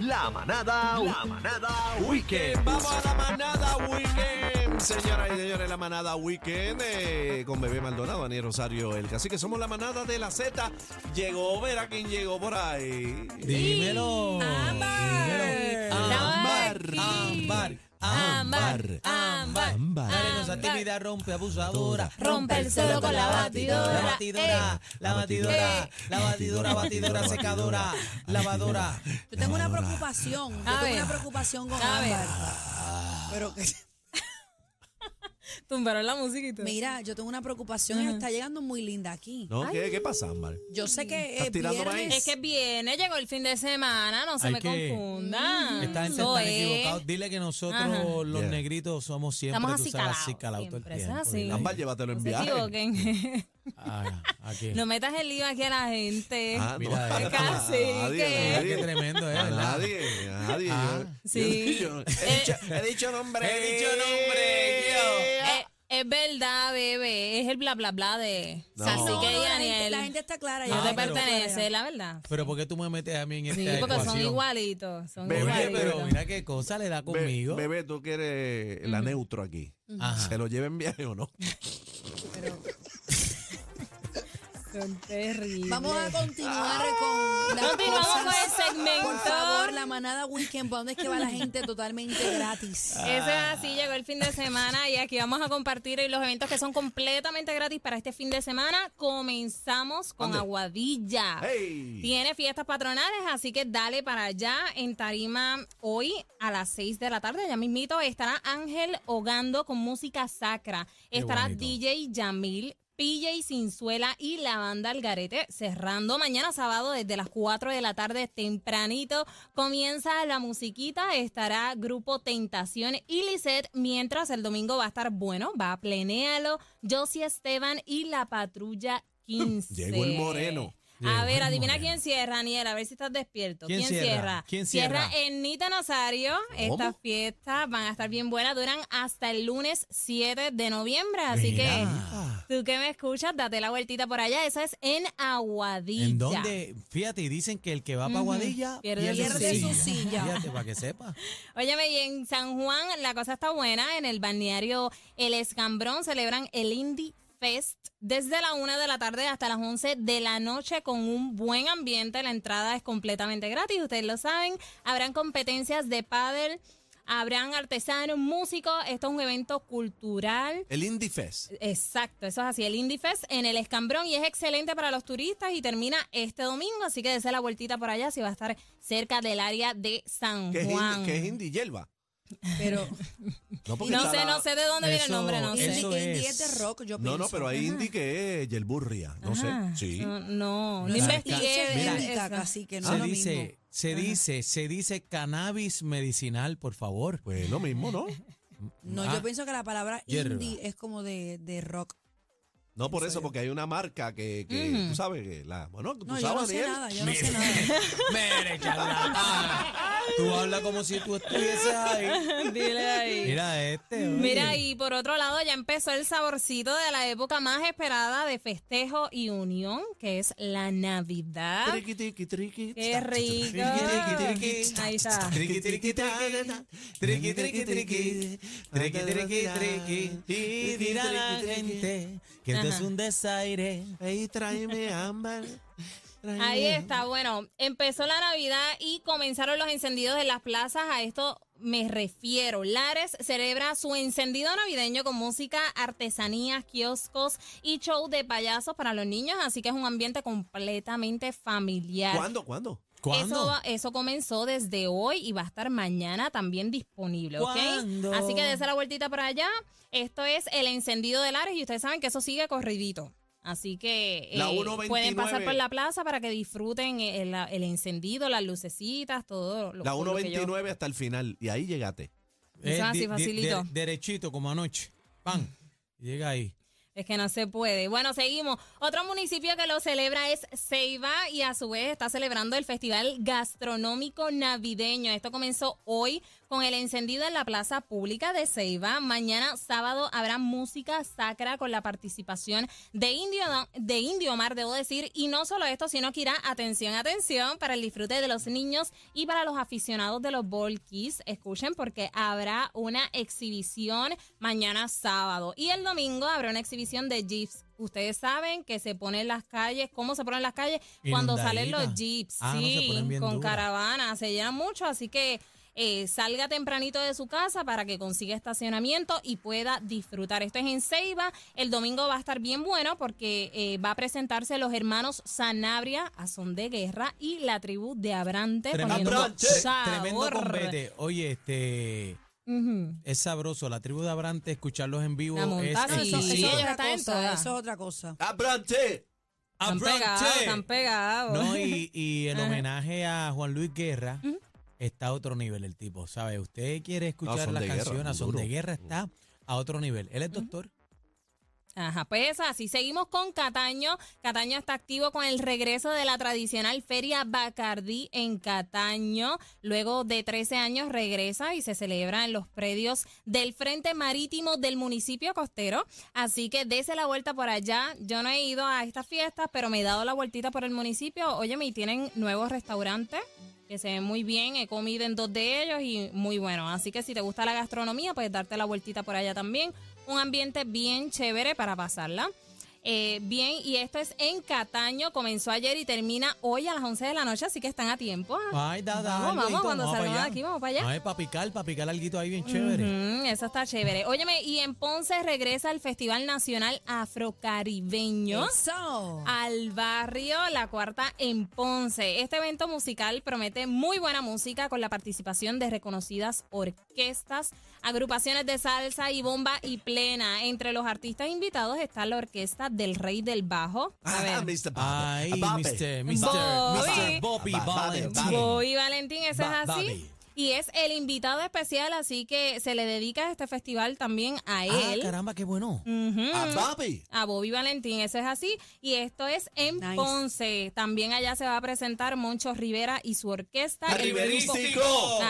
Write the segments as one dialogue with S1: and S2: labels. S1: La manada, la manada Weekend.
S2: Vamos a la manada weekend, señoras y señores, la manada weekend eh, con Bebé Maldonado, Daniel Rosario, el cacique. Somos la manada de la Z. Llegó, verá quién llegó por ahí.
S3: Dímelo. Dímelo.
S2: Ámbar,
S4: Estaba aquí.
S2: ámbar, ámbar.
S4: Ámbar, ámbar,
S3: Ámbar.
S4: ámbar.
S3: Arenosa, tímida, rompe abusadora.
S4: Rompe el suelo con la batidora. Eh,
S3: La batidora,
S4: Ey.
S3: la batidora,
S4: Ey.
S3: la batidora, batidora, secadora, lavadora.
S5: Yo tengo una preocupación. Yo
S4: A
S5: tengo
S4: ver.
S5: una preocupación con
S4: A ver.
S5: Ámbar. Pero que,
S4: Tumbaron la música y todo.
S5: mira, yo tengo una preocupación. Ella está llegando muy linda aquí.
S2: No, ¿qué, ¿qué pasa, ámbar?
S5: Yo sé que
S2: ¿Estás
S5: eh,
S2: tirando maíz?
S5: viernes-
S4: Es que viene, llegó el fin de semana, no se
S3: Hay
S4: me
S3: que- Mm.
S4: confunda.
S3: Esta gente
S4: Eso
S3: está
S4: Mm, es.
S3: equivocada. Dile que nosotros,
S4: Ajá.
S3: los
S2: Yeah.
S3: negritos, somos siempre
S4: Estamos
S3: tú sabes,
S4: acicalados,
S3: acicalados todo el
S4: siempre, eso
S3: tiempo.
S4: es así.
S3: ¿verdad?
S2: Ámbar, llévatelo en
S4: No se
S2: viaje.
S4: equivoquen.
S3: Ah, aquí.
S4: no metas el lío aquí a la gente.
S2: Ah, no.
S3: Mira,
S4: Es casi,
S2: Nadie,
S4: ¿qué?
S3: Mira
S2: nadie.
S3: Qué tremendo, ¿eh?
S2: A
S3: ¿verdad?
S2: nadie, a nadie.
S3: Ah.
S2: Yo-
S4: Sí.
S2: yo- he, dicho, he dicho nombre.
S3: He dicho nombre,
S4: Eh, es verdad, bebé. Es el bla bla bla de
S2: No.
S4: Cacique
S5: No, no,
S4: y
S5: la,
S4: Daniel.
S5: gente, la gente está clara. ya
S4: no te
S5: está clara
S4: pertenece,
S5: ya.
S4: la verdad.
S3: Pero ¿por qué tú me metes a mí en esta
S4: Sí, porque son
S3: ecuación?
S4: igualitos. Son
S2: Bebé,
S3: Oye,
S4: igualitos.
S3: pero mira qué cosa le da
S2: Be-
S3: conmigo.
S2: bebé, tú que eres la neutro aquí.
S3: Ajá.
S2: ¿Se lo lleva en viaje o no?
S4: Son terribles.
S5: Vamos a continuar con las
S4: Ah. Continuamos
S5: cosas.
S4: con el segmento.
S5: Por favor, la manada weekend. ¿Para dónde es que va la gente totalmente gratis?
S4: Eso es así, llegó el fin de semana y aquí vamos a compartir los eventos que son completamente gratis para este fin de semana. Comenzamos con
S2: ¿Dónde? Eh,
S4: Aguadilla.
S2: ¡Hey!
S4: Tiene fiestas patronales, así que dale para allá en Tarima hoy a las 6 de la tarde. Ya mismito estará Ángel Hogando con música sacra. Estará
S3: bonito.
S4: DJ Yamil. PJ Cinzuela y la banda Algarete cerrando mañana sábado desde las 4 de la tarde tempranito. Comienza la musiquita, estará Grupo Tentación y Lisette, mientras el domingo va a estar bueno, va a Plenéalo, Josie Esteban y la Patrulla 15.
S2: Llegó el moreno.
S4: A
S3: Llegó
S4: ver,
S3: el
S4: adivina
S3: moreno.
S4: quién cierra, Daniel, a ver si estás despierto.
S3: ¿Quién
S4: ¿Quién,
S3: cierra?
S4: cierra?
S3: ¿Quién cierra?
S4: Ernita Nazario.
S2: ¿Cómo?
S4: Estas fiestas van a estar bien buenas, duran hasta el lunes 7 de noviembre, así
S3: Mira.
S4: que tú que me escuchas, date la vueltita por allá, esa es en Aguadilla.
S3: ¿En dónde? Fíjate, y dicen que el que va para
S4: Ujú.
S3: Guadilla
S4: Pierde
S5: su silla.
S3: Fíjate, para que sepa.
S4: Óyeme, y en San Juan la cosa está buena. En el balneario El Escambrón celebran el Indie Fest desde la 1 de la tarde hasta las 11 de la noche con un buen ambiente. La entrada es completamente gratis, ustedes lo saben. Habrán competencias de pádel, habrán artesanos, músicos. Esto es un evento cultural.
S2: El Indie Fest.
S4: Exacto, eso es así. El Indie Fest en el Escambrón y es excelente para los turistas y termina este domingo, así que dese la vueltita por allá si va a estar cerca del área de San
S2: ¿Qué es,
S4: Juan.
S2: indie, ¿Qué es Indie Yelva?
S5: Pero
S2: porque
S4: No
S2: está
S4: sé,
S2: la-
S4: no sé de dónde viene el
S3: Eso-
S4: nombre, no sé.
S5: indie,
S3: Eso
S5: indie
S3: es.
S5: es de rock, yo
S2: No,
S5: pienso.
S2: no, pero hay Indie que es Yelburria. No
S4: Ajá.
S2: sé. Sí.
S4: No, no, no
S5: No
S4: investigué.
S5: sé,
S3: Mira,
S4: de-
S5: indica,
S4: eso.
S5: casi que no
S3: se
S5: es lo
S3: dice,
S5: mismo.
S3: se dice, se dice cannabis medicinal, por favor.
S2: Pues lo mismo, ¿no?
S5: No,
S3: Ah,
S5: yo pienso que la palabra
S3: hierba.
S5: indie es como de, de rock.
S2: No por eso, porque hay una marca que, que tú sabes que la. Bueno, tú
S5: No, yo
S2: sabes,
S5: no sé
S2: Daniel.
S5: nada, yo no sé nada.
S3: Mere, charlatana. Tú hablas como si tú estuvieses ahí.
S4: Dile ahí. Mira.
S3: Mira este. oye.
S4: y por otro lado ya empezó el saborcito de la época más esperada de festejo y unión, que es la Navidad.
S2: Triqui, triqui, triqui.
S4: ¡Qué rico! Ah, Ahí está.
S3: Triqui, triqui, ta, triqui, triqui, triqui, triqui, triqui, triqui. Y dirá la gente que esto es un desaire.
S2: Ahí tráeme ámbar. tráeme
S4: Ahí está, bueno, empezó la Navidad y comenzaron los encendidos en las plazas, a esto me refiero. Lares celebra su encendido navideño con música, artesanías, kioscos y show de payasos para los niños, así que es un ambiente completamente familiar.
S2: ¿Cuándo? ¿Cuándo?
S4: Eso,
S3: ¿Cuándo?
S4: va- eso comenzó desde hoy y va a estar mañana también disponible, ¿ok?
S3: ¿Cuándo?
S4: Así que dése la vueltita para allá. Esto es el encendido de Lares y ustedes saben que eso sigue corridito. Así que eh,
S2: La 1.29.
S4: pueden pasar por la plaza para que disfruten el, el encendido, las lucecitas, todo lo
S2: La
S4: por lo que yo-
S2: 1.29 hasta el final. Y ahí llegaste.
S4: Eso es
S3: Eh,
S4: así,
S3: di- di-
S4: facilito.
S3: de- Derechito, como anoche. Pan. Llega ahí.
S4: Es que no se puede. Bueno, seguimos. Otro municipio que lo celebra es Ceiba y a su vez está celebrando el Festival Gastronómico Navideño. Esto comenzó hoy con el encendido en la Plaza Pública de Ceiba. Mañana sábado habrá música sacra con la participación de Indio, de Indio Mar, debo decir. Y no solo esto, sino que irá, atención, atención, para el disfrute de los niños y para los aficionados de los Volkis. Escuchen porque habrá una exhibición mañana sábado. Y el domingo habrá una exhibición de Jeeps ustedes saben que se ponen las calles, cómo se ponen las calles cuando salen los
S3: Inundaditas.
S4: jeeps,
S3: Ah, no, se
S4: sí,
S3: ponen bien
S4: con
S3: duras.
S4: caravana, se llenan mucho, así que eh, salga tempranito de su casa para que consiga estacionamiento y pueda disfrutar. Esto es en Ceiba, el domingo va a estar bien bueno porque eh, va a presentarse los hermanos Sanabria, Azón de Guerra y la tribu de Abrante.
S3: Tremendo,
S4: poniendo
S3: tre-
S4: Eh, sabor.
S3: tremendo compete. Oye, este.
S4: Ujú.
S3: Es sabroso. La tribu de Abrante, escucharlos en vivo.
S4: La
S3: es
S4: montaña,
S5: No, eso,
S4: Sí,
S5: eso
S4: sí,
S5: es
S4: ellos
S5: otra
S4: están en
S5: cosa,
S4: todas.
S5: eso es otra cosa.
S2: ¡Abrante!
S4: Están pegados,
S3: ¡Abrante!
S4: están pegados.
S3: No, y, y el
S4: Ajá.
S3: homenaje a Juan Luis Guerra está a otro nivel el tipo, ¿sabe? Usted quiere escuchar
S2: son
S3: las
S2: de guerra,
S3: canciones,
S2: muy
S3: a Son
S2: duro.
S3: de Guerra está a otro nivel. Él es doctor.
S4: Ajá, pues así seguimos con Cataño. Cataño está activo con el regreso de la tradicional feria Bacardí en Cataño. Luego de 13 años regresa y se celebra en los predios del Frente Marítimo del municipio costero. Así que dese la vuelta por allá. Yo no he ido a estas fiestas, pero me he dado la vueltita por el municipio. Oye, me tienen nuevos restaurantes que se ven muy bien. He comido en dos de ellos y muy bueno. Así que si te gusta la gastronomía, puedes darte la vueltita por allá también. Un ambiente bien chévere para pasarla. Eh, bien, y esto es en Cataño. Comenzó ayer y termina hoy a las 11 de la noche, así que están a tiempo.
S3: Ay, da, da,
S4: Vamos,
S3: algo,
S4: vamos,
S3: Hito,
S4: cuando
S3: pa'
S4: salgamos de
S3: allá.
S4: aquí, vamos para allá.
S3: Ay, para picar, para picar alguito ahí bien chévere.
S4: Ujú, eso está chévere. Óyeme, y en Ponce regresa el Festival Nacional Afrocaribeño
S5: Eso.
S4: al barrio La Cuarta en Ponce. Este evento musical promete muy buena música con la participación de reconocidas orquestas, agrupaciones de salsa y bomba y plena. Entre los artistas invitados está la orquesta del Rey del Bajo. A
S2: Ah,
S4: ver.
S2: Mr. Pape.
S3: Ay,
S2: Pape.
S3: Mr. Mr.
S4: Bobby.
S3: Mr. Bobby
S2: Ba- Bobby,
S3: Valentín.
S4: Bobby Valentín, eso
S3: Ba-
S4: es así.
S3: Bobby.
S4: Y es el invitado especial, así que se le dedica este festival también a
S3: Ah,
S4: él.
S3: caramba, qué bueno.
S4: Ujú.
S2: ¡A papi!
S4: a Bobby Valentín, eso es así. Y esto es en
S5: Nice.
S4: Ponce. También allá se va a presentar Moncho Rivera y su orquesta. El grupo-
S2: ¡Riverístico!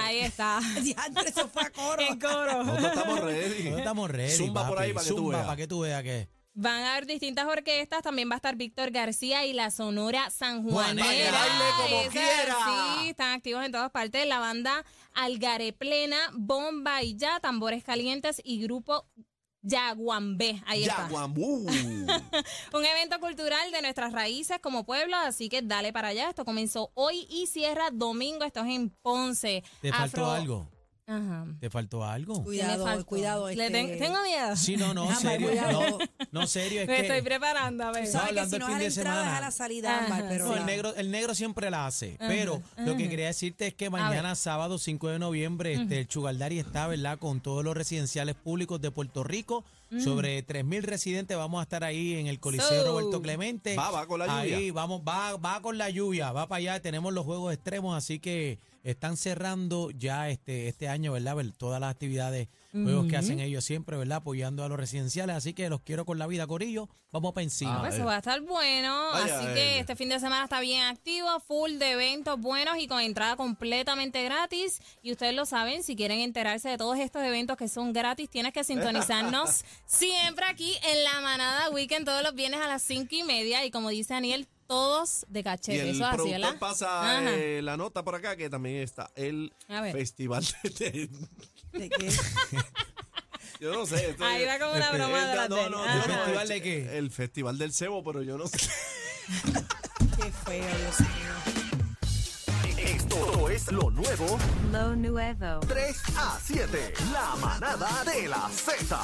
S4: Ahí está.
S5: Diantre, eso fue a coro.
S4: En coro.
S2: Nosotros estamos ready.
S3: Nosotros estamos ready,
S2: Zumba por
S3: papi.
S2: ahí para que tú
S3: Zumba
S2: veas.
S3: para que tú veas que...
S4: Van a haber distintas orquestas. También va a estar Víctor García y la Sonora Sanjuanera.
S3: Para que baile
S2: como
S4: Eso es
S2: quiera.
S4: así, están activos en todas partes. La banda Algaré Plena, Bomba y Ya, Tambores Calientes y Grupo Yaguambé. Ahí está.
S2: Yaguamú.
S4: Un evento cultural de nuestras raíces como pueblo, así que dale para allá. Esto comenzó hoy y cierra domingo. Esto es en Ponce.
S3: ¿Te faltó
S4: Afro-
S3: algo?
S4: Ajá.
S3: ¿Te faltó algo?
S4: ¿Qué me
S5: Cuidado,
S4: faltó?
S5: cuidado.
S4: Le
S5: este-
S4: ten- tengo miedo.
S3: Sí, no, no,
S5: Ámbar,
S3: serio. No,
S5: cuidado.
S3: no, serio, es
S4: Me
S3: que...
S4: estoy preparando, a ver.
S3: Tú
S5: Sabes que
S3: hablando
S5: si
S3: el
S5: no
S3: fin
S5: es a la
S3: de
S5: entrada,
S3: semana.
S5: es a la salida, Ámbar,
S4: Ajá.
S5: pero
S3: No,
S5: ya.
S3: el negro, el negro siempre la hace. pero lo que quería decirte es que mañana, sábado 5 de noviembre, este, el Chugaldari está, ¿verdad?, con todos los residenciales públicos de Puerto Rico. Sobre 3.000 residentes vamos a estar ahí en el Coliseo
S4: So.
S3: Roberto Clemente.
S2: Va, va con la lluvia.
S3: Ahí vamos, va, va con la lluvia, va para allá. Tenemos los juegos extremos, así que están cerrando ya este, este año, ¿verdad? Ver Todas las actividades, juegos que hacen ellos siempre, ¿verdad? Apoyando a los residenciales. Así que los quiero con la vida, Corillo. Vamos para encima.
S4: Pues eso va a estar bueno.
S2: Ah, eh. Vaya, eh.
S4: así
S2: vaya.
S4: que este fin de semana está bien activo, full de eventos buenos y con entrada completamente gratis. Y ustedes lo saben, si quieren enterarse de todos estos eventos que son gratis, tienes que sintonizarnos siempre aquí en la Manada Weekend todos los viernes a las cinco y media. Y como dice Daniel, todos de
S2: Y
S4: cachete.
S2: el
S4: Eso es así,
S2: productor
S4: ¿verdad?
S2: pasa
S4: Ajá.
S2: eh, la nota por acá que también está el
S4: A ver.
S2: festival de...
S5: ¿De qué?
S2: Yo no sé. esto
S4: Ahí
S2: es-
S4: va como una broma de la
S2: no,
S4: tele.
S2: no,
S4: Ajá.
S2: yo no-
S3: ¿Festival de qué?
S2: El festival del cebo, pero yo no sé.
S5: Qué feo, Dios mío.
S1: Esto es lo nuevo
S6: Lo nuevo.
S1: 3 a 7. La manada de la Z.